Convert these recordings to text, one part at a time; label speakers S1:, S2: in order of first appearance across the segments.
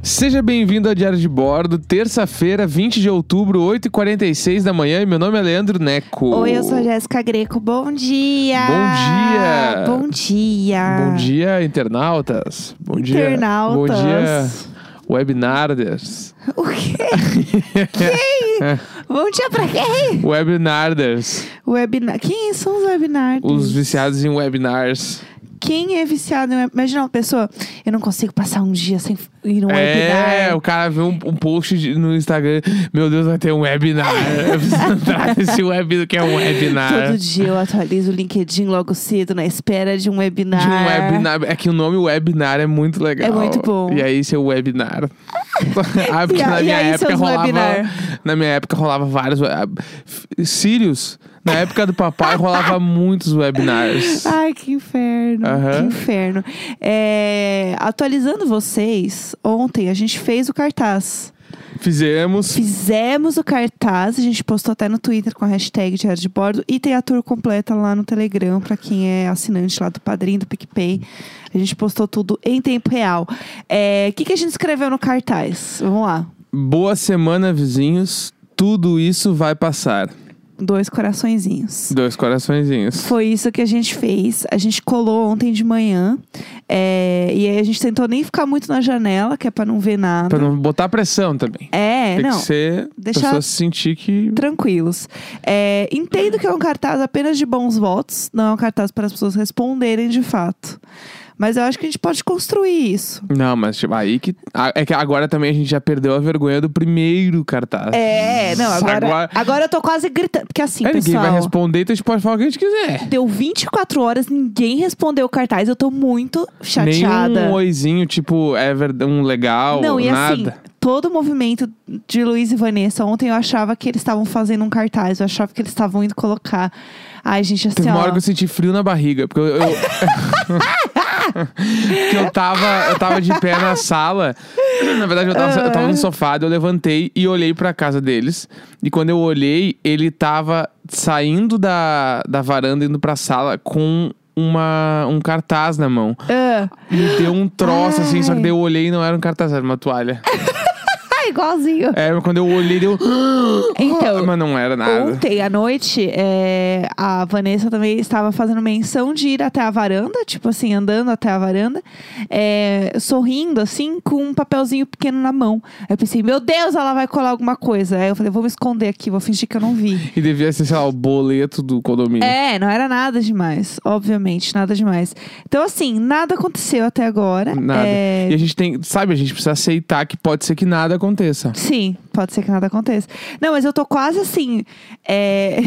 S1: Seja bem-vindo ao Diário de Bordo, terça-feira, 20 de outubro, 8h46 da manhã. E meu nome é Leandro Neco.
S2: Oi, eu sou a Jéssica Greco. Bom dia!
S1: Bom dia!
S2: Bom dia!
S1: Bom dia, internautas. Bom dia.
S2: Internautas.
S1: Bom dia, webnarders.
S2: O quê? Quem? Bom dia pra quem?
S1: Webnarders.
S2: Webinar. Quem são os webinars?
S1: Os viciados em webinars.
S2: Quem é viciado em web- Imagina uma pessoa, eu não consigo passar um dia sem ir num
S1: É,
S2: webinar.
S1: o cara vê um, um post de- no Instagram. Meu Deus, vai ter um webinar. Eu preciso entrar nesse webinar que é um webinar.
S2: Todo dia eu atualizo o LinkedIn logo cedo, na espera de um webinar.
S1: De um webinar. É que o nome webinar é muito legal.
S2: É muito bom.
S1: E aí, seu webinar. ah, porque
S2: E a-
S1: na
S2: e
S1: minha
S2: aí,
S1: época
S2: seus
S1: rolava.
S2: webinar?
S1: Na minha época rolava vários. we- ah, f- Sirius, na época do papai, rolava muitos webinars.
S2: Ai, que inferno,
S1: Aham.
S2: que inferno. É, atualizando vocês, ontem a gente fez o cartaz.
S1: Fizemos.
S2: Fizemos o cartaz, a gente postou até no Twitter com a hashtag Diário de Bordo e tem a tour completa lá no Telegram pra quem é assinante lá do Padrinho, do PicPay. A gente postou tudo em tempo real. É, O que, que a gente escreveu no cartaz? Vamos lá.
S1: Boa semana, vizinhos. Tudo isso vai passar.
S2: Dois coraçõezinhos.
S1: Dois coraçõezinhos.
S2: Foi isso que a gente fez. A gente colou ontem de manhã. é, e aí a gente tentou nem ficar muito na janela, que é pra não ver nada.
S1: Pra não botar pressão também.
S2: É,
S1: Tem
S2: não.
S1: que ser.
S2: deixar-
S1: Pessoa se sentir que.
S2: Tranquilos. É, entendo que é um cartaz apenas de bons votos, não é um cartaz para as pessoas responderem de fato. Mas eu acho que a gente pode construir isso.
S1: Não, mas tipo, aí que. a- É que agora também a gente já perdeu a vergonha do primeiro cartaz.
S2: É, não, agora,
S1: Agora-
S2: agora eu tô quase gritando. Porque assim,
S1: É, ninguém vai
S2: pessoal,
S1: responder, então a gente pode falar o que a gente quiser.
S2: deu 24 horas, ninguém respondeu o cartaz. Eu tô muito chateada.
S1: Nem um oizinho, tipo, é verd- um legal,
S2: Não, e assim,
S1: nada.
S2: todo o movimento de Luiz e Vanessa, ontem eu achava que eles estavam fazendo um cartaz, eu achava que eles estavam indo colocar. Ai, gente, assim,
S1: Teve uma hora
S2: ó.
S1: que eu senti frio na barriga, porque eu. eu... Porque eu tava, eu tava de pé na sala. Na verdade, eu tava, eu tava
S2: Ah.
S1: no sofá, daí eu levantei e olhei pra casa deles. E quando eu olhei, ele tava saindo da, da varanda, indo pra sala com uma, um cartaz na mão.
S2: Ah.
S1: Me deu um troço assim, só que
S2: Ai.
S1: daí eu olhei e não era um cartaz, era uma toalha.
S2: Ah, igualzinho.
S1: É, mas quando eu olhei, deu.
S2: Então,
S1: Mas não era nada.
S2: Ontem à noite, é, a Vanessa também estava fazendo menção de ir até a varanda, tipo assim, andando até a varanda, é, sorrindo, assim, com um papelzinho pequeno na mão. Aí eu pensei, meu Deus, ela vai colar alguma coisa. Aí eu falei, vou me esconder aqui, vou fingir que eu não vi.
S1: E devia ser, sei lá, o boleto do condomínio.
S2: É, não era nada demais, obviamente, nada demais. Então, assim, nada aconteceu até agora.
S1: Nada.
S2: É,
S1: E a gente tem, sabe, a gente precisa aceitar que pode ser que nada aconteça.
S2: Sim, pode ser que nada aconteça. Não, mas eu tô quase assim. é,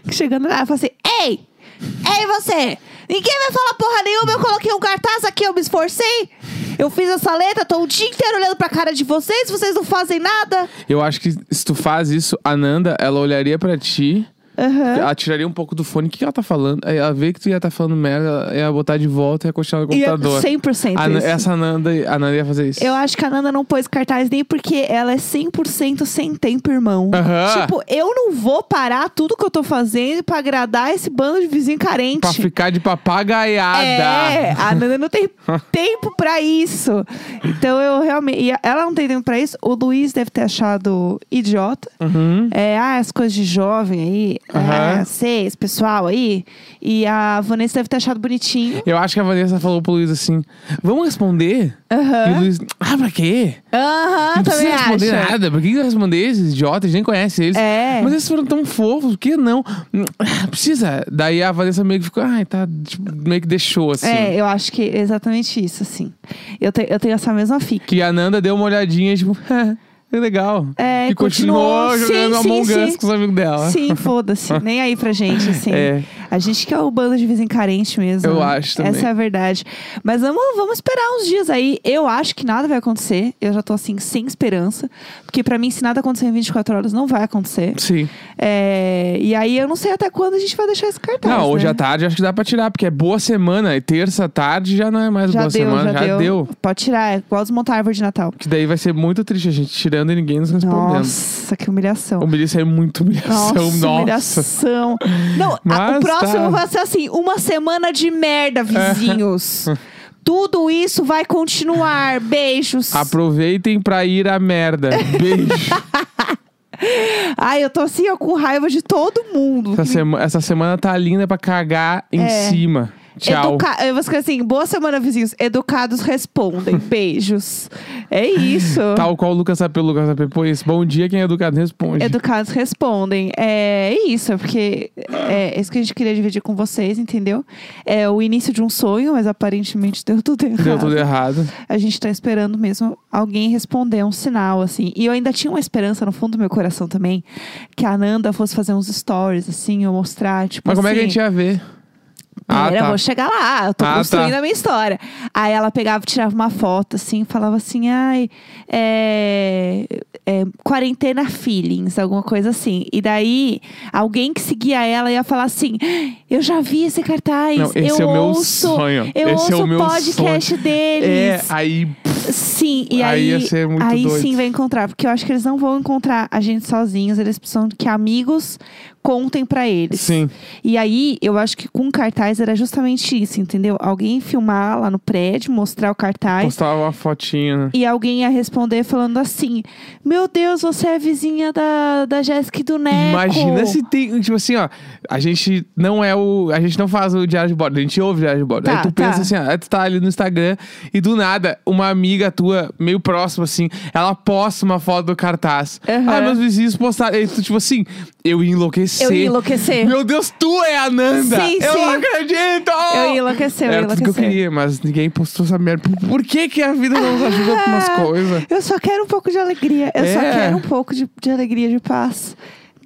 S2: Chegando lá, eu falo assim: Ei! Ei, você! Ninguém vai falar porra nenhuma. Eu coloquei um cartaz aqui, eu me esforcei. Eu fiz essa letra, tô o dia inteiro olhando pra cara de vocês, vocês não fazem nada.
S1: Eu acho que se tu faz isso, a Nanda, ela olharia pra ti,
S2: Aham.
S1: ela tiraria um pouco do fone, o que que ela tá falando? Aí ela vê que tu ia tá falando merda, ela ia botar de volta e ia continuar no
S2: E é
S1: computador. Ah,
S2: 100%
S1: A Nan-
S2: isso.
S1: essa Nanda, a Nanda ia fazer isso.
S2: Eu acho que a Nanda não pôs cartaz nem porque ela é 100% sem tempo, irmão.
S1: Aham.
S2: Tipo, eu não vou parar tudo que eu tô fazendo pra agradar esse bando de vizinho carente.
S1: Pra ficar de papagaiada.
S2: É, a Nanda não tem tempo pra isso. Então eu realmente. e Ela não tem tempo pra isso. O Luiz deve ter achado idiota. É, ah, as coisas de jovem aí.
S1: Uhum. Aham.
S2: Ah, sei, esse pessoal aí. E a Vanessa deve ter achado bonitinho.
S1: Eu acho que a Vanessa falou pro Luiz assim: vamos responder? E o
S2: Aham.
S1: Luiz, ah, pra quê?
S2: Aham,
S1: Não
S2: também
S1: precisa responder
S2: acho.
S1: nada. Por que que vai responder esses idiotas? A gente nem conhece eles.
S2: É.
S1: Mas eles foram tão fofos, por que não? Hum, ah, Precisa. Daí a Vanessa meio que ficou, ai, tá, tipo, meio que deixou assim.
S2: É, eu acho que é exatamente isso, assim. Eu, te- eu tenho essa mesma fic.
S1: Que a Nanda deu uma olhadinha, tipo, ah, que legal.
S2: É,
S1: e continuou,
S2: continuou. Sim,
S1: jogando
S2: sim,
S1: Among Us
S2: sim.
S1: com os amigos dela.
S2: Sim, foda-se. Nem aí pra gente, assim.
S1: Ah. É.
S2: A gente que é o bando de vizinho carente mesmo.
S1: Eu
S2: né?
S1: acho também.
S2: Essa é a verdade. Mas vamos, vamos esperar uns dias aí. Eu acho que nada vai acontecer. Eu já tô, assim, sem esperança. Porque pra mim, se nada acontecer em 24 horas, não vai acontecer.
S1: Sim.
S2: É, E aí, eu não sei até quando a gente vai deixar esse cartaz,
S1: não, hoje tá
S2: né?
S1: à tarde acho que dá pra tirar, porque é boa semana. E terça à tarde já não é mais
S2: Já
S1: boa
S2: deu,
S1: semana,
S2: já,
S1: já
S2: deu.
S1: deu.
S2: Pode tirar, é igual desmontar a árvore de Natal.
S1: Que tá daí vai ser muito triste a gente tirando e ninguém nos respondendo.
S2: Nossa, que humilhação.
S1: Humilhação é muito humilhação.
S2: Nossa, humilhação. Não, a-
S1: Mas
S2: o próximo
S1: tá.
S2: vai ser assim: uma semana de merda, vizinhos. Tudo isso vai continuar. Beijos.
S1: Aproveitem pra ir à merda. Beijo.
S2: Ai, eu tô assim, ó, com raiva de todo mundo.
S1: Essa, sema- essa semana tá linda pra cagar em
S2: É.
S1: cima. Tchau.
S2: Educa... Eu vou escrever assim, boa semana, vizinhos. Educados respondem. Beijos. É isso.
S1: Tal qual o Lucas Apê, Lucas Apê, pois bom dia, quem é educado responde.
S2: Educados respondem. É isso, porque é isso que a gente queria dividir com vocês, entendeu? É o início de um sonho, mas aparentemente deu tudo errado.
S1: Deu tudo errado.
S2: A gente tá esperando mesmo alguém responder um sinal, assim. E eu ainda tinha uma esperança no fundo do meu coração também, que a Nanda fosse fazer uns stories, assim, eu mostrar, tipo.
S1: Mas como é que a
S2: assim,
S1: gente ia ver? tá.
S2: Primeiro é eu vou chegar lá, eu tô
S1: Ah,
S2: construindo
S1: tá.
S2: a minha história. Aí ela pegava, e tirava uma foto, assim, falava assim, ai, é, é, quarentena feelings, alguma coisa assim. E daí, alguém que seguia ela ia falar assim, eu já vi esse cartaz,
S1: Não, esse
S2: eu
S1: é o meu
S2: ouço,
S1: sonho. Esse
S2: eu
S1: é
S2: ouço
S1: o meu
S2: podcast
S1: É,
S2: deles.
S1: aí.
S2: Sim, e
S1: Aí
S2: aí,
S1: ia ser muito
S2: aí
S1: doido.
S2: sim vai encontrar, porque eu acho que eles não vão encontrar a gente sozinhos, eles precisam que amigos contem pra eles.
S1: Sim.
S2: E aí, eu acho que com cartaz era justamente isso, entendeu? Alguém filmar lá no prédio, mostrar o cartaz.
S1: Postar uma fotinha. né?
S2: E alguém ia responder falando assim: Meu Deus, você é vizinha da, da Jéssica e do Neco.
S1: Imagina se tem, tipo assim, ó, a gente não é o, a gente não faz o diário de bordo, a gente ouve o diário de bordo.
S2: Tá,
S1: aí tu
S2: tá.
S1: pensa assim, ó, aí tu tá ali no Instagram e do nada uma amiga tua meio próxima assim, ela posta uma foto do cartaz.
S2: Aham.
S1: Ah, meus vizinhos postaram, aí tu tipo assim, eu ia enlouquecer.
S2: Eu ia enlouquecer.
S1: Meu Deus, tu é a Nanda.
S2: Sim,
S1: eu
S2: sim.
S1: não acredito.
S2: Eu ia enlouquecer, eu ia
S1: Era É, tudo que eu
S2: enlouquecer.
S1: queria, mas ninguém postou essa merda. Por- Por que que a vida não nos ajuda com
S2: Ah.
S1: umas coisas?
S2: Eu só quero um pouco de alegria. Eu só
S1: É.
S2: quero um pouco de, de alegria, de paz.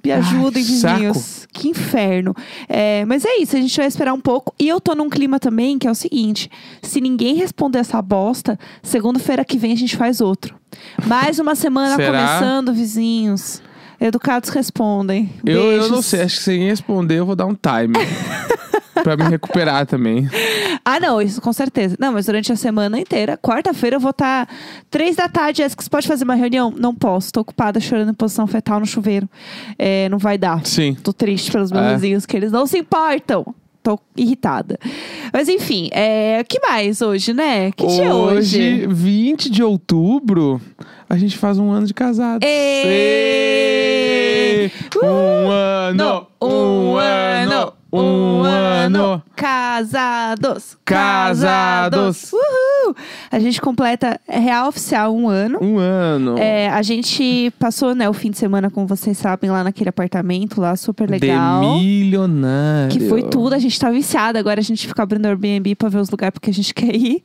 S2: Me ajudem,
S1: que saco.
S2: vizinhos. Que inferno. É, mas é isso, a gente vai esperar um pouco. E eu tô num clima também que é o seguinte: se ninguém responder essa bosta, segunda-feira que vem a gente faz outro. Mais uma semana
S1: Será?
S2: começando, vizinhos. Educados respondem.
S1: Eu, eu não
S2: Beijos.
S1: sei, acho que sem responder eu vou dar um time. pra me recuperar também.
S2: Ah, não, isso com certeza. Não, mas durante a semana inteira, quarta-feira eu vou estar três da tarde. Jéssica, você pode fazer uma reunião? Não posso, tô ocupada chorando em posição fetal no chuveiro. É, não vai dar.
S1: Sim.
S2: Tô triste pelos meus
S1: É.
S2: vizinhos, que eles não se importam. Tô irritada. Mas enfim, é, que mais hoje, né? Que dia é hoje?
S1: 20 de outubro, a gente faz um ano de casados.
S2: Ê!
S1: Ê!
S2: Uh!
S1: Um ano! Um ano! Um ano!
S2: Casados!
S1: Casados.
S2: Uhul! A gente completa é real oficial um ano.
S1: Um ano!
S2: É, a gente passou, né, o fim de semana, como vocês sabem, lá naquele apartamento lá, super legal.
S1: De milionário.
S2: Que foi tudo, a gente tá viciada. Agora a gente fica abrindo Airbnb pra ver os lugares porque a gente quer ir.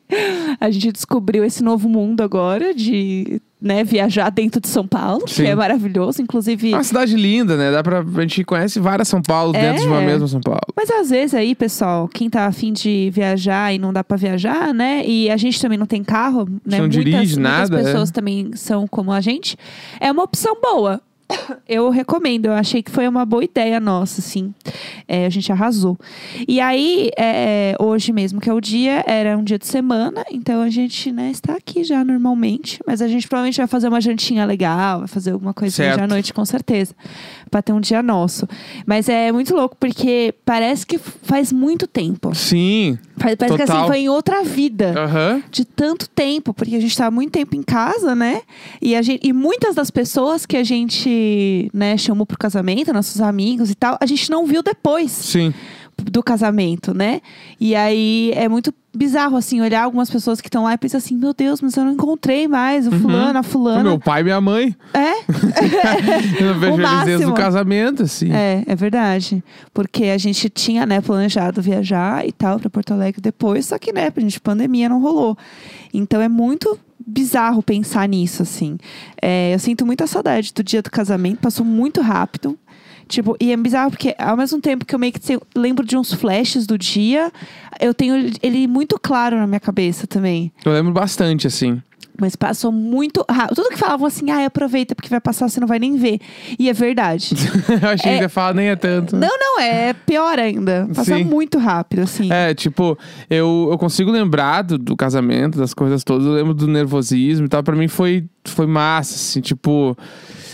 S2: A gente descobriu esse novo mundo agora de, né, viajar dentro de São Paulo,
S1: Sim.
S2: que é maravilhoso, inclusive.
S1: É Uma cidade linda, né? Dá pra... A gente conhece várias São Paulo
S2: É.
S1: dentro de uma mesma São Paulo.
S2: Mas às vezes aí, pessoal, quem tá afim de viajar e não dá pra viajar, né? E a gente também não tem carro,
S1: não
S2: né? muitas,
S1: dirige
S2: muitas
S1: nada, é?
S2: pessoas também são como a gente. É uma opção boa. Eu recomendo, eu achei que foi uma boa ideia nossa, assim. É, a gente arrasou. E aí, é, hoje mesmo, que é o dia, era um dia de semana, então a gente né, está aqui já normalmente. Mas a gente provavelmente vai fazer uma jantinha legal, vai fazer alguma coisa hoje à
S1: Certo.
S2: noite, com certeza. Pra ter um dia nosso. Mas é muito louco, porque parece que f- faz muito tempo.
S1: Sim.
S2: Faz- Parece que assim
S1: Total.
S2: foi em outra vida
S1: Aham.
S2: de tanto tempo, porque a gente tá há muito tempo em casa, né? E, a gente, e muitas das pessoas que a gente né, chamou pro casamento, nossos amigos e tal, a gente não viu depois
S1: Sim.
S2: do casamento, né? E aí é muito bizarro, assim, olhar algumas pessoas que estão lá e pensar assim: meu Deus, mas eu não encontrei mais o fulano, a fulana.
S1: Uhum. Meu pai e minha mãe.
S2: É,
S1: Eu não vejo eles desde
S2: máximo.
S1: o casamento, assim.
S2: É, é verdade. Porque a gente tinha, né, planejado viajar e tal pra Porto Alegre depois, só que, né, pra gente, pandemia não rolou. Então é muito bizarro pensar nisso, assim. É, eu sinto muita saudade do dia do casamento, passou muito rápido. Tipo, e é bizarro porque ao mesmo tempo que eu meio que se- lembro de uns flashes do dia, eu tenho ele muito claro na minha cabeça também.
S1: Eu lembro bastante, assim.
S2: Mas passou muito rápido. Tudo que falavam assim, ah, aproveita porque vai passar, você não vai nem ver. E é verdade.
S1: Eu achei
S2: É.
S1: que ia falar nem é tanto.
S2: Não, não, é pior ainda. Passa
S1: Sim.
S2: muito rápido, assim.
S1: É, tipo, eu, eu consigo lembrar do, do casamento, das coisas todas. Eu lembro do nervosismo e tal. Pra mim foi foi massa, assim, tipo.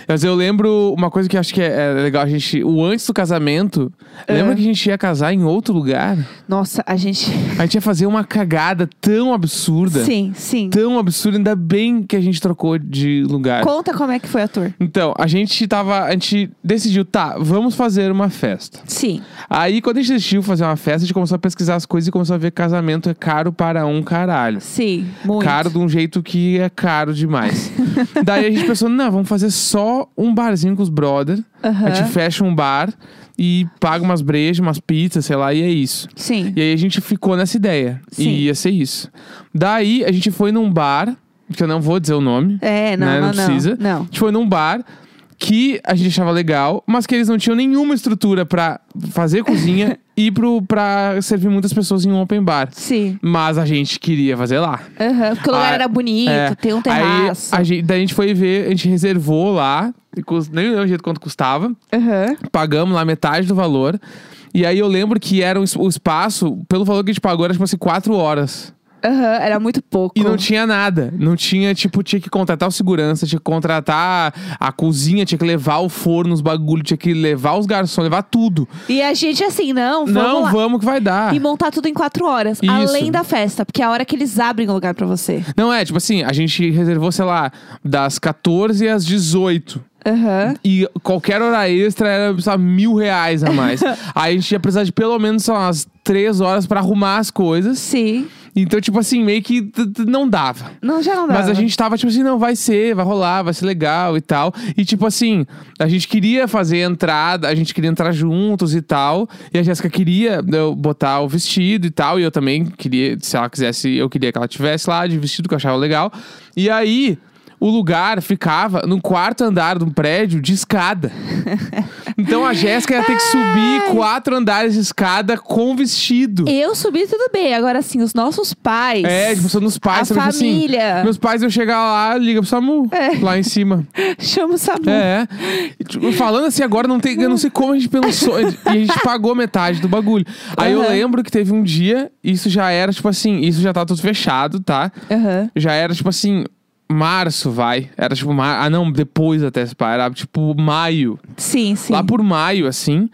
S1: Mas eu lembro uma coisa que eu acho que é, é legal, a gente. O antes do casamento,
S2: É.
S1: lembra que a gente ia casar em outro lugar?
S2: Nossa, a gente.
S1: A gente ia fazer uma cagada tão absurda.
S2: Sim, sim.
S1: Tão absurda, ainda bem que a gente trocou de lugar.
S2: Conta como é que foi a tour.
S1: Então, a gente tava. A gente decidiu, tá, vamos fazer uma festa.
S2: Sim.
S1: Aí, quando a gente decidiu fazer uma festa, a gente começou a pesquisar as coisas e começou a ver que casamento é caro para um caralho.
S2: Sim, muito.
S1: Caro de um jeito que é caro demais. Daí a gente pensou, não, vamos fazer só um barzinho com os brother.
S2: Aham.
S1: A gente fecha um bar e paga umas brejas, umas pizzas, sei lá, e é isso.
S2: Sim.
S1: E aí a gente ficou nessa ideia.
S2: Sim.
S1: E ia ser isso. Daí a gente foi num bar, que eu não vou dizer o nome.
S2: É, não,
S1: né,
S2: não,
S1: não precisa.
S2: Não.
S1: A gente foi num bar que a gente achava legal, mas que eles não tinham nenhuma estrutura pra fazer cozinha e pro, pra servir muitas pessoas em um open bar.
S2: Sim.
S1: Mas a gente queria fazer lá.
S2: Aham, porque o lugar
S1: Ah,
S2: era bonito,
S1: É,
S2: tem um terraço.
S1: Aí, a gente, daí a gente foi ver, a gente reservou lá, e cus- nem lembro jeito quanto custava.
S2: Aham.
S1: Pagamos lá metade do valor. E aí eu lembro que era um es- o espaço, pelo valor que a gente pagou, era tipo assim, quatro horas.
S2: Aham, era muito pouco.
S1: E não tinha nada. Não tinha, tipo, tinha que contratar o segurança, tinha que contratar a cozinha, tinha que levar o forno, os bagulhos, tinha que levar os garçons, levar tudo.
S2: E a gente assim, não, vamos
S1: Não,
S2: lá.
S1: vamos que vai dar.
S2: E montar tudo em quatro horas,
S1: Isso.
S2: além da festa, porque é a hora que eles abrem o lugar pra você.
S1: Não é, tipo assim, a gente reservou, sei lá, das 14 às 18.
S2: Aham.
S1: E qualquer hora extra era sabe, mil reais a mais. Aí a gente ia precisar de pelo menos, sei lá, umas três horas pra arrumar as coisas.
S2: Sim.
S1: Então, tipo assim, meio que t- t- não dava.
S2: Não, já não dá. né?
S1: Mas a gente tava tipo assim, não, vai ser, vai rolar, vai ser legal e tal. E tipo assim, a gente queria fazer a entrada, a gente queria entrar juntos e tal. E a Jéssica queria né, eu, botar o vestido e tal. E eu também queria, se ela quisesse, eu queria que ela tivesse lá de vestido, que eu achava legal. E aí, o lugar ficava no quarto andar de um prédio de escada. então a Jéssica ia ter que subir quatro andares de escada com vestido.
S2: Eu subi tudo bem, agora assim, os nossos pais.
S1: É, tipo, são nos pais.
S2: A
S1: sabe, tipo assim,
S2: família.
S1: meus pais eu chegar lá, liga pro SAMU.
S2: É.
S1: Lá em cima.
S2: Chama o Samu.
S1: É. E, tipo, Falando assim, agora não tem. Eu não sei como a gente pensou. e a gente pagou metade do bagulho. Aí eu
S2: Aham.
S1: lembro que teve um dia, isso já era, tipo assim, isso já tá tudo fechado, tá?
S2: Aham.
S1: Já era, tipo assim. Março, vai. Era tipo, mar... ah, não, depois até se pá. Era tipo maio.
S2: Sim, sim.
S1: Lá por maio, assim.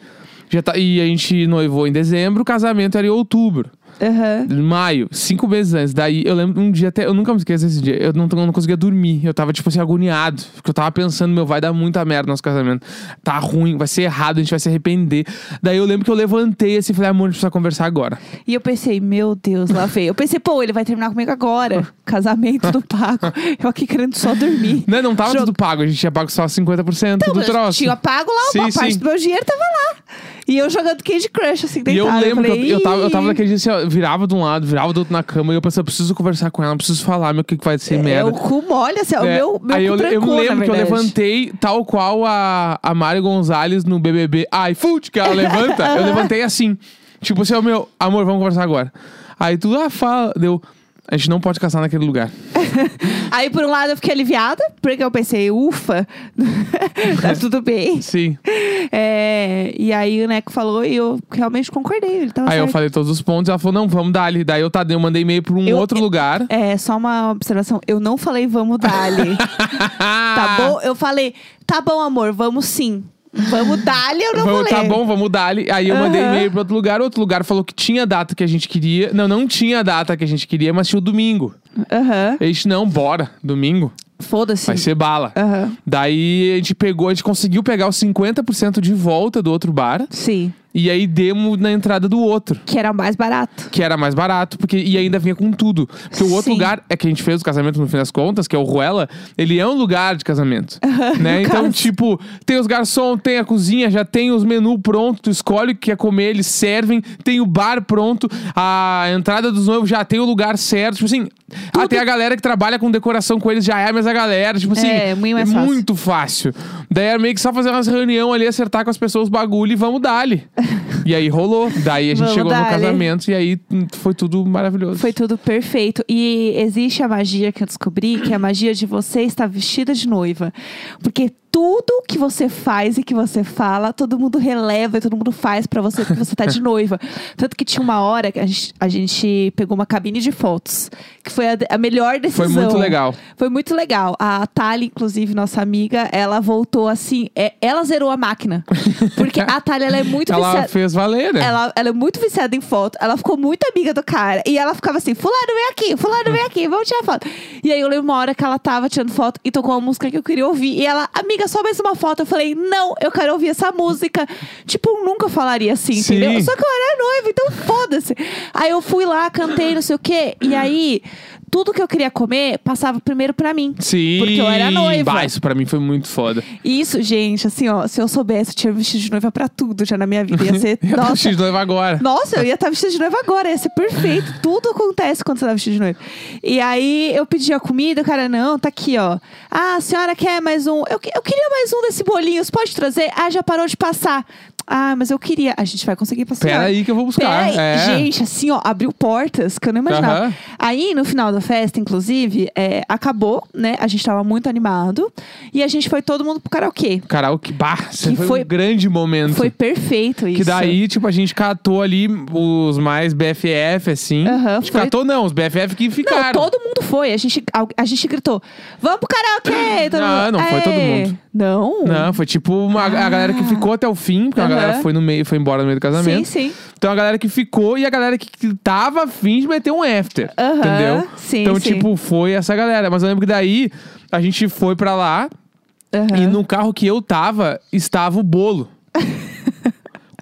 S1: Já tá... E a gente noivou em dezembro, o casamento era em outubro.
S2: Aham.
S1: Em Maio, cinco meses antes. Daí eu lembro um dia até. Eu nunca me esqueço desse dia. Eu não, eu não conseguia dormir. Eu tava, tipo assim, agoniado. Porque eu tava pensando, meu, vai dar muita merda no nosso casamento. Tá ruim, vai ser errado, a gente vai se arrepender. Daí eu lembro que eu levantei assim e falei, amor, a gente precisa conversar agora.
S2: E eu pensei, meu Deus, lá veio. Eu pensei, pô, ele vai terminar comigo agora. Casamento do Paco. Eu aqui querendo só dormir.
S1: Né, Não, não tava
S2: Jogo-
S1: tudo pago, a gente tinha pago só 50% do
S2: Eu
S1: troço.
S2: Tinha pago lá, uma
S1: Sim,
S2: parte
S1: sim.
S2: do meu dinheiro tava lá. E eu jogando Candy Crush, assim,
S1: E eu
S2: deitado.
S1: lembro
S2: falei,
S1: que eu, eu tava, eu tava
S2: "Ih".
S1: naquele dia assim, ó, virava de um lado, virava do outro na cama, e eu pensei, eu preciso conversar com ela, eu preciso falar, meu, o que, que vai ser
S2: É,
S1: merda.
S2: o cu molha, assim, o
S1: É,
S2: meu, meu
S1: aí
S2: cu
S1: eu, eu me
S2: trancou, na
S1: lembro que eu
S2: verdade.
S1: levantei tal qual a, a Mari Gonzalez no BBB. Ai, fute, que ela levanta. eu levantei assim. Tipo assim, ó, meu, amor, vamos conversar agora. Aí tu lá fala, deu. A gente não pode caçar naquele lugar.
S2: Aí, por um lado, eu fiquei aliviada, porque eu pensei, ufa, tá tudo bem.
S1: Sim.
S2: É, e aí o Neco falou e eu realmente concordei. Ele tava
S1: Aí eu
S2: certo.
S1: falei todos os pontos, ela falou, não, vamos dar ali. Daí eu, tá, daí eu mandei e-mail pra um
S2: Eu-
S1: outro lugar.
S2: É, só uma observação. Eu não falei vamos dali. tá bom? Eu falei, tá bom, amor, vamos sim. Vamos dali, eu não
S1: Vamos,
S2: falei.
S1: tá bom, vamos dar ali. Aí eu mandei
S2: Aham.
S1: e-mail pra outro lugar. Outro lugar falou que tinha a data que a gente queria. Não, não tinha a data que a gente queria, mas tinha o domingo.
S2: Aham.
S1: A gente, não, bora, domingo.
S2: Foda-se.
S1: Vai ser bala.
S2: Aham.
S1: Daí a gente pegou, a gente conseguiu pegar os 50% de volta do outro bar.
S2: Sim.
S1: E aí demos na entrada do outro.
S2: Que era mais barato.
S1: Que era mais barato, porque e ainda vinha com tudo. Porque o outro
S2: Sim.
S1: lugar é que a gente fez o casamento no fim das contas, que é o Ruela, ele é um lugar de casamento. né?
S2: no
S1: Então,
S2: caso.
S1: tipo, tem os garçons, tem a cozinha, já tem os menus prontos, tu escolhe o que quer comer, eles servem, tem o bar pronto, a entrada dos noivos já tem o lugar certo. Tipo assim, até a galera que trabalha com decoração com eles já é a mesma galera. Tipo assim,
S2: É, muito mais fácil.
S1: muito fácil. Daí era meio que só fazer umas reunião ali, acertar com as pessoas os bagulho e vamos dali. E aí rolou. Daí a gente
S2: Vamos
S1: chegou no
S2: dar-lhe.
S1: casamento e aí hum, foi tudo maravilhoso.
S2: Foi tudo perfeito. E existe a magia que eu descobri, que é a magia de você estar vestida de noiva. Porque tudo que você faz e que você fala, todo mundo releva e todo mundo faz pra você que você tá de noiva. Tanto que tinha uma hora que a gente, a gente pegou uma cabine de fotos, que foi a, de- a melhor decisão.
S1: Foi muito legal.
S2: Foi muito legal. A Thalia, inclusive, nossa amiga, ela voltou assim. é- ela zerou a máquina. Porque a Thalia, ela é muito
S1: Ela
S2: viciada.
S1: fez valer, né?
S2: Ela, ela é muito viciada em foto. Ela ficou muito amiga do cara. E ela ficava assim: Fulano, vem aqui, Fulano, vem aqui, vamos tirar foto. E aí eu lembro uma hora que ela tava tirando foto e tocou uma música que eu queria ouvir. E ela, amiga, só mais uma foto. Eu falei: Não, eu quero ouvir essa música. Tipo, eu nunca falaria assim,
S1: Sim.
S2: entendeu? Só que eu era noiva, então foda-se. Aí eu fui lá, cantei, não sei o quê. E aí, tudo que eu queria comer passava primeiro pra mim.
S1: Sim.
S2: Porque eu era noiva.
S1: Bah, isso pra mim foi muito foda.
S2: E isso, gente, assim, ó, se eu soubesse, eu tinha vestido de noiva pra tudo já na minha vida. Ia ser.
S1: Eu
S2: nossa,
S1: preciso de noiva agora.
S2: Nossa, eu ia estar vestida de noiva agora, ia ser perfeito. Tudo acontece quando você tá vestida de noiva. E aí eu pedi a comida, o cara, não, tá aqui, ó. Ah, a senhora quer mais um? Eu, que- eu queria mais um desse bolinho, você pode trazer? Ah, já parou de passar. Ah, mas eu queria. A gente vai conseguir passar.
S1: Pera aí que eu vou buscar.
S2: Pera aí.
S1: É.
S2: Gente, assim, ó, abriu portas que eu não imaginava.
S1: Aham.
S2: Aí, no final da festa, inclusive, é, acabou, né? A gente tava muito animado. E a gente foi todo mundo pro karaokê.
S1: Karaokê, bah, isso
S2: Que
S1: foi,
S2: foi-
S1: um grande momento.
S2: Foi perfeito isso.
S1: Que daí, tipo, a gente catou ali os mais BFF, assim.
S2: Aham,
S1: a gente
S2: foi-
S1: catou não, os BFF que
S2: Não,
S1: ficaram.
S2: todo mundo foi. A gente, a, a gente gritou: Vamos pro karaokê! Todo
S1: Ah, Não,
S2: mundo-
S1: não foi
S2: É.
S1: todo mundo.
S2: Não?
S1: Não, foi tipo uma, a galera que ficou até o fim, porque
S2: Ah. Aham.
S1: a galera foi no meio, foi embora no meio do
S2: Sim,
S1: casamento.
S2: sim.
S1: Então a galera que ficou e a galera que, que tava afim de meter um after.
S2: Aham,
S1: Entendeu?
S2: sim,
S1: então,
S2: sim.
S1: tipo, foi essa galera. Mas eu lembro que daí a gente foi pra lá
S2: Aham.
S1: e no carro que eu tava, estava o bolo.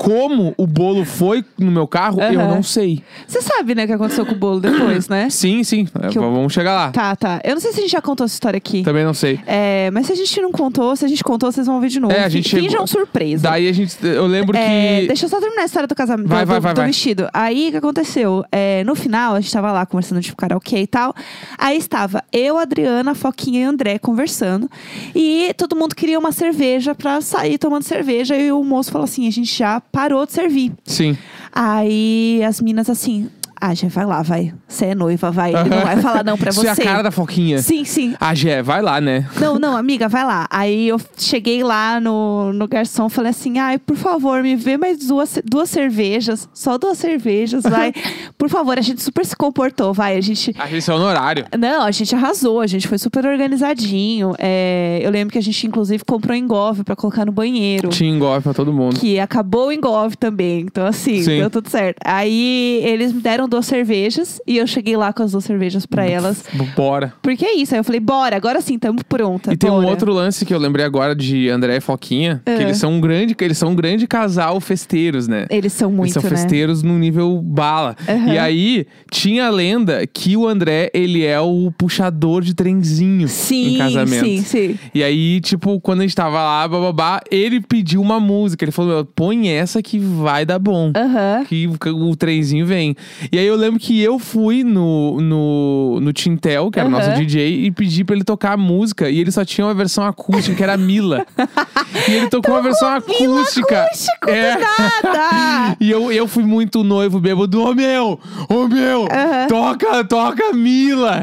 S1: Como o bolo foi no meu carro, eu
S2: Aham.
S1: não sei.
S2: Você sabe, né, o que aconteceu com o bolo depois, né?
S1: Sim, sim.
S2: Que eu-
S1: Vamos chegar lá.
S2: Tá, tá. Eu não sei se a gente já contou essa história aqui.
S1: Também não sei.
S2: É, mas se a gente não contou, se a gente contou, vocês vão ver de novo.
S1: É, a gente
S2: Finjam
S1: chegou-
S2: surpresa.
S1: Daí a gente. Eu lembro
S2: É,
S1: que.
S2: Deixa eu só terminar a história do casamento
S1: Vai,
S2: do,
S1: vai, vai,
S2: do
S1: vai.
S2: vestido. Aí o que aconteceu? É, no final, a gente tava lá conversando de karaokê e tal. Aí estava eu, a Adriana, a Foquinha e o André conversando. E todo mundo queria uma cerveja pra sair tomando cerveja. E o moço falou assim: a gente já parou de servir.
S1: Sim.
S2: Aí as minas assim. Ah, já vai lá, vai. Você é noiva, vai. Ele não vai falar não pra
S1: Isso
S2: você.
S1: é a cara da Foquinha.
S2: Sim, sim.
S1: A Gé, vai lá, né?
S2: Não, não, amiga, vai lá. Aí eu cheguei lá no, no garçom, falei assim: ai, por favor, me vê mais duas, duas cervejas, só duas cervejas, vai. por favor, a gente super se comportou, vai. A gente.
S1: A gente saiu no horário.
S2: Não, a gente arrasou, a gente foi super organizadinho. É, eu lembro que a gente, inclusive, comprou engove pra colocar no banheiro.
S1: Tinha engolfe pra todo mundo.
S2: Que acabou o engolve também. Então, assim,
S1: Sim.
S2: deu tudo certo. Aí eles me deram duas cervejas e eu cheguei lá com as duas cervejas pra elas.
S1: Bora.
S2: Porque é isso. Aí eu falei, bora, agora sim, tamo pronta.
S1: E tem um
S2: bora."
S1: outro lance que eu lembrei agora de André e Foquinha,
S2: Ah.
S1: que eles são um grande, que eles são um grande casal festeiros, né?
S2: Eles são
S1: Eles
S2: muito,
S1: são
S2: né?
S1: festeiros num nível bala.
S2: Aham.
S1: E aí, tinha a lenda que o André, ele é o puxador de trenzinho
S2: Sim,
S1: em casamento.
S2: sim, sim.
S1: E aí, tipo, quando a gente tava lá, bababá, ele pediu uma música. Ele falou: "Meu, põe essa que vai dar bom.
S2: Aham.
S1: Que o, o trenzinho vem. E aí eu lembro que eu fui no, no, no Tintel, que era o nosso
S2: Aham.
S1: DJ, e pedi pra ele tocar a música. E ele só tinha uma versão acústica, que era a Mila. e ele tocou uma versão
S2: Vila
S1: acústica.
S2: acústico do
S1: É.
S2: nada!
S1: E eu, eu fui muito noivo, bêbado. Ô meu! Ô meu!
S2: Aham.
S1: Toca, toca Mila!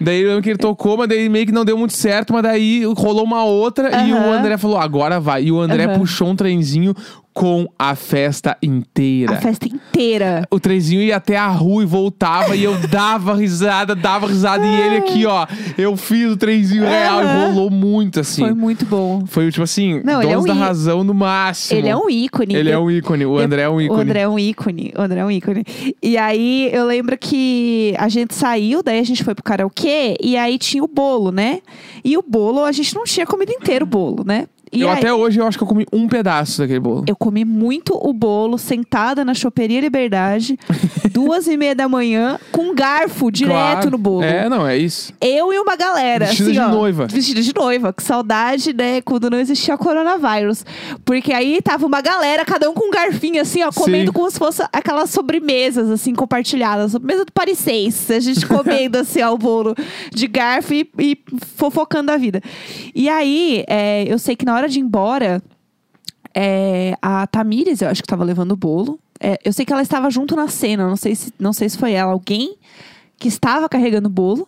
S1: Daí eu lembro que ele tocou, mas daí meio que não deu muito certo. Mas daí rolou uma outra e
S2: Aham.
S1: o André falou: agora vai. E o André
S2: Aham.
S1: puxou um trenzinho com a festa inteira.
S2: A festa inteira.
S1: O trenzinho ia até a rua e voltava e eu dava risada, dava risada. e ele aqui, ó, eu fiz o trenzinho real
S2: Aham.
S1: e rolou muito, assim.
S2: Foi
S1: Foi,
S2: muito bom.
S1: tipo assim,
S2: Não, ele é
S1: donos
S2: um
S1: da
S2: í-
S1: razão no máximo.
S2: Ele é um ícone.
S1: Ele é um ícone, o André é um ícone.
S2: O André é um ícone. O André é um ícone. E aí eu lembro que a gente saiu, daí a gente foi pro karaokê e aí tinha o bolo, né? E o bolo, a gente não tinha comido inteiro o bolo, né? E
S1: eu
S2: aí-
S1: até hoje eu acho que eu comi um pedaço daquele bolo.
S2: Eu comi muito o bolo sentada na Choperia Liberdade, duas e meia da manhã, com um garfo direto
S1: Claro.
S2: no bolo.
S1: É, não, é isso.
S2: Eu e uma galera.
S1: Vestida
S2: assim,
S1: de
S2: ó,
S1: noiva.
S2: Vestida de noiva. Que saudade, né? Quando não existia coronavírus. Porque aí tava uma galera, cada um com um garfinho, assim, ó, comendo
S1: Sim.
S2: como se fosse aquelas sobremesas, assim, compartilhadas. Sobremesa do Paris Saint, A gente comendo, assim, ó, o bolo de garfo e, e fofocando a vida. E aí, é, eu sei que na hora de ir embora. É, a Tamires, eu acho que tava levando o bolo. É, eu sei que ela estava junto na cena, não sei, se, não sei se foi ela. Alguém que estava carregando o bolo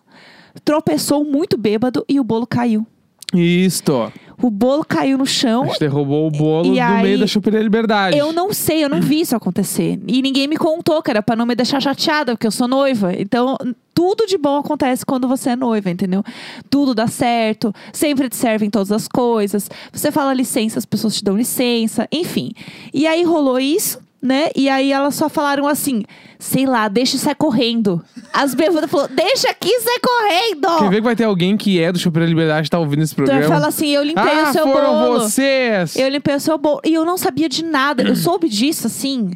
S2: tropeçou muito bêbado e o bolo caiu.
S1: Isto.
S2: O bolo caiu no
S1: A
S2: chão.
S1: gente derrubou o bolo
S2: E
S1: no
S2: aí-
S1: meio da Chupeira Liberdade.
S2: Eu não sei, eu não vi isso acontecer. E ninguém me contou, que era pra não me deixar chateada, porque eu sou noiva. Então, tudo de bom acontece quando você é noiva, entendeu? Tudo dá certo, sempre te servem todas as coisas. Você fala licença, as pessoas te dão licença, enfim. E aí rolou isso. Né? E aí elas só falaram assim, sei lá, deixa e sai correndo. As bêbadas falaram, deixa aqui e sai correndo.
S1: Quer ver que vai ter alguém que é do Chupeira Liberdade que tá ouvindo esse
S2: Então
S1: programa?
S2: ele fala assim, eu limpei
S1: ah,
S2: o seu
S1: foram
S2: bolo.
S1: vocês!
S2: Eu limpei o seu bolo. E eu não sabia de nada. Eu soube disso, assim.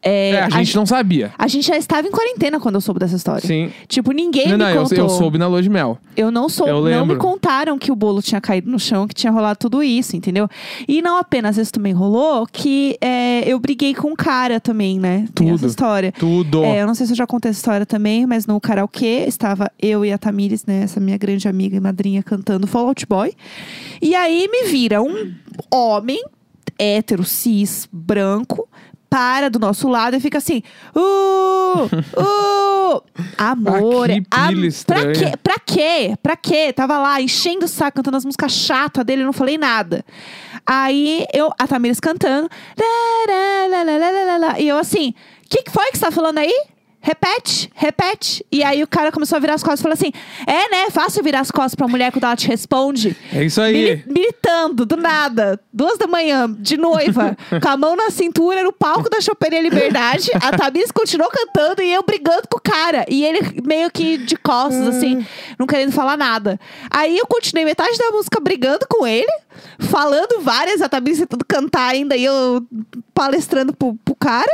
S2: é,
S1: É, a gente não sabia.
S2: a gente já estava em quarentena quando eu soube dessa história.
S1: Sim.
S2: Tipo, ninguém
S1: não,
S2: me
S1: não, eu,
S2: contou.
S1: eu soube na lua de mel.
S2: Eu não sou,
S1: Eu
S2: não me
S1: lembro.
S2: contaram que o bolo tinha caído no chão, que tinha rolado tudo isso, entendeu? E não apenas isso também rolou, que é, eu briguei com um cara também, né? Tem essa
S1: Tudo.
S2: história.
S1: Tudo.
S2: É, eu não sei se eu já contei essa história também, mas no karaokê estava eu e a Tamires, né? Essa minha grande amiga e madrinha cantando Fallout Boy. E aí me vira um homem hétero, cis, branco, para do nosso lado e fica assim: Uh! Uh! Amor! é
S1: Ah, que
S2: am-
S1: pilha
S2: pra
S1: estranha.
S2: quê? É, Pra quê? Pra quê? Tava lá enchendo o saco, cantando as músicas chatas dele, eu não falei nada. Aí eu, a Tamires cantando. lá, lá, lá, lá, lá, lá, lá, e eu assim, o que, que foi que você tá falando aí? Repete, repete. E aí o cara começou a virar as costas e falou assim: É, né? Fácil virar as costas pra mulher quando ela te responde.
S1: É isso aí.
S2: Mili- militando, do nada. Duas da manhã, de noiva, com a mão na cintura, no palco da Choperia Liberdade. A Tamires continuou cantando e eu brigando com o cara. E ele meio que de costas,
S1: Ah.
S2: assim, não querendo falar nada. Aí eu continuei metade da música brigando com ele, falando várias, a Tamires tentando cantar ainda, e eu palestrando pro, pro cara.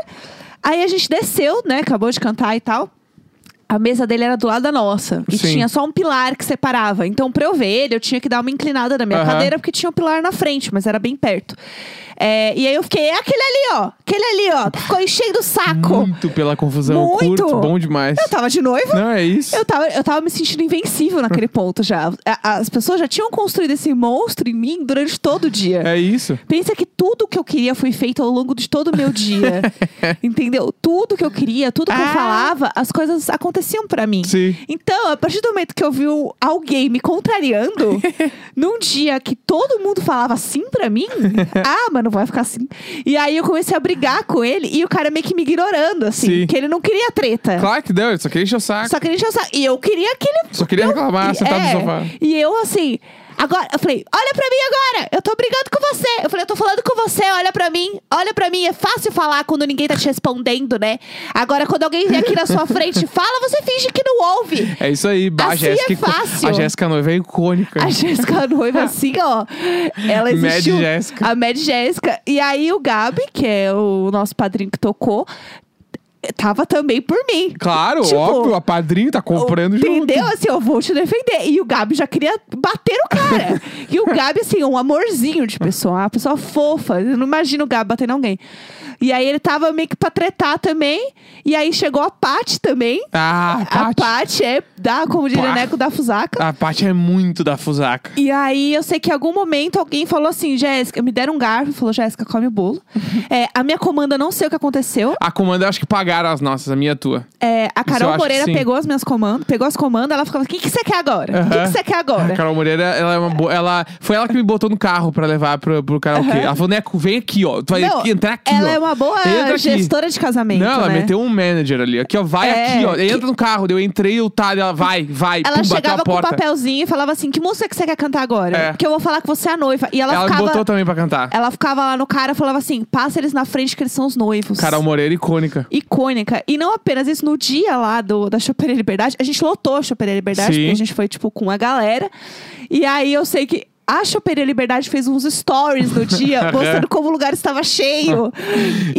S2: Aí a gente desceu, né? Acabou de cantar e tal. A mesa dele era do lado da nossa. E
S1: Sim.
S2: tinha só um pilar que separava. Então, pra eu ver ele, eu tinha que dar uma inclinada na minha
S1: Aham.
S2: cadeira, porque tinha um pilar na frente, mas era bem perto. É, e aí eu fiquei, é aquele ali, ó. Aquele ali, ó. Ficou enchendo o saco.
S1: Muito pela confusão.
S2: Muito.
S1: Curto, bom demais.
S2: Eu tava de noiva.
S1: Não, é isso.
S2: Eu tava, eu tava me sentindo invencível naquele ponto já. A- As pessoas já tinham construído esse monstro em mim durante todo o dia.
S1: É isso.
S2: Pensa que tudo que eu queria foi feito ao longo de todo o meu dia. entendeu? Tudo que eu queria, tudo que eu
S1: Ah.
S2: falava, as coisas aconteciam pra mim.
S1: Sim.
S2: Então, a partir do momento que eu vi o- alguém me contrariando, num dia que todo mundo falava sim pra mim, ah, mas não vai ficar assim. E aí eu comecei a brigar com ele e o cara meio que me ignorando, assim,
S1: Sim.
S2: que ele não queria treta.
S1: Claro que deu, ele só queria encher o saco.
S2: É. Só que ele já sabe. E eu queria que ele
S1: Só queria reclamar, sentar
S2: é,
S1: no sofá.
S2: E eu assim. Agora, eu falei, olha pra mim agora, eu tô brigando com você. Eu falei, eu tô falando com você, olha pra mim, olha pra mim. É fácil falar quando ninguém tá te respondendo, né? Agora, quando alguém vem aqui na sua frente e fala, você finge que não ouve.
S1: É isso aí, bah, a
S2: Assim é
S1: Jéssica.
S2: fácil.
S1: A Jéssica noiva é icônica.
S2: A Jéssica Noiva, assim, ó. Ela
S1: Mad
S2: existiu.
S1: Jéssica.
S2: A Mad Jéssica. E aí, o Gabi, que é o nosso padrinho que tocou, tava também por mim.
S1: Claro,
S2: Tipo,
S1: óbvio, a padrinho tá comprando junto.
S2: Entendeu? Assim, eu vou te defender. E o Gabi já queria bater o cara. e o Gabi, assim, um amorzinho de pessoa, uma pessoa fofa. Eu não imagino o Gabi batendo alguém. E aí ele tava meio que pra tretar também. E aí chegou a Paty também.
S1: Ah,
S2: A
S1: Paty.
S2: Paty é, da, como diria o
S1: Pá.
S2: Neco, da Fusaca.
S1: A Paty é muito da fusaca.
S2: E aí eu sei que em algum momento alguém falou assim, Jéssica, me deram um garfo, falou, Jéssica, come o bolo. É, a minha comanda, não sei o que aconteceu.
S1: A comanda, eu acho que pagaram as nossas, a minha e a tua.
S2: É, a
S1: eu
S2: Carol
S1: acho que
S2: Moreira
S1: sim.
S2: pegou as minhas comandas, pegou as comandas, ela ficava, o que que você quer agora? O que que
S1: Aham.
S2: você quer agora?
S1: A Carol Moreira, ela é uma boa. Ela, foi ela que me botou no carro pra levar pro, pro karaokê. Ela falou, Neco, vem aqui, ó. Tu vai
S2: Não,
S1: aqui- entrar aqui.
S2: Ela
S1: ó.
S2: é uma boa
S1: Entra aqui."
S2: gestora de casamento.
S1: Não, ela
S2: né?
S1: meteu um manager ali. Aqui, ó, vai
S2: É,
S1: aqui, ó.
S2: que-
S1: Entra no carro. Daí Eu entrei, eu tá, ela vai, vai.
S2: Ela
S1: pum, bateu
S2: chegava
S1: a
S2: com um
S1: porta.
S2: papelzinho e falava assim: que música que você quer cantar agora?
S1: É.
S2: Porque eu vou falar que você é a noiva. E ela,
S1: Ela me
S2: ficava.
S1: botou também pra cantar.
S2: Ela ficava lá no cara e falava assim: passa eles na frente que eles são os noivos.
S1: Carol Moreira, icônica.
S2: Icônica. E não apenas isso, no dia lá do, da Choperia Liberdade, a gente lotou a Choperia Liberdade,
S1: Sim.
S2: porque a gente foi, tipo, com a galera. E aí eu sei que. A Choperia Liberdade fez uns stories no dia, mostrando como o lugar estava cheio.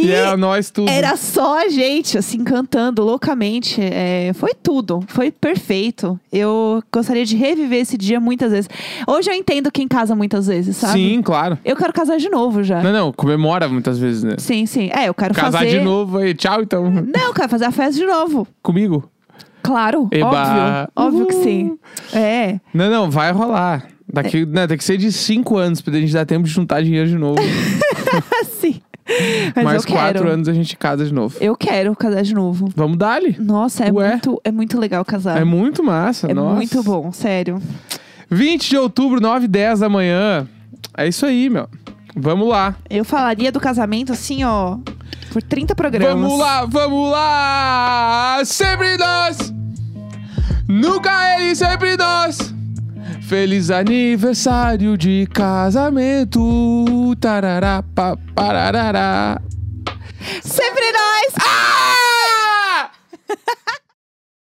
S1: É. E, era nós tudo.
S2: Era só a gente, assim, cantando loucamente. É, foi tudo. Foi perfeito. Eu gostaria de reviver esse dia muitas vezes. Hoje eu entendo quem casa muitas vezes, sabe?
S1: Sim, claro.
S2: Eu quero casar de novo já.
S1: Não, não, comemora muitas vezes, né?
S2: Sim, sim. É, eu quero
S1: Casar de
S2: fazer...
S1: novo aí. Tchau, então.
S2: Não, eu quero fazer a festa de novo.
S1: Comigo.
S2: Claro,
S1: Eba.
S2: óbvio. Óbvio que sim. É.
S1: Não, não, vai rolar. Daqui, né, tem que ser de cinco anos pra gente dar tempo de juntar dinheiro de novo.
S2: Assim. Mas
S1: Mais
S2: eu
S1: quatro
S2: quero.
S1: anos a gente casa de novo.
S2: Eu quero casar de novo.
S1: Vamos dali.
S2: Nossa, é
S1: Ué?
S2: muito, é muito legal casar.
S1: É muito massa,
S2: É
S1: nossa.
S2: muito bom, sério.
S1: 20 de outubro, 9 e 10 da manhã. É isso aí, meu. Vamos lá.
S2: Eu falaria do casamento assim, ó, por 30 programas.
S1: Vamos lá, vamos lá! Sempre nós! Nunca ele, sempre nós! Feliz aniversário de casamento! Tarará, pa, pararará.
S2: Sempre nós!
S1: Ah!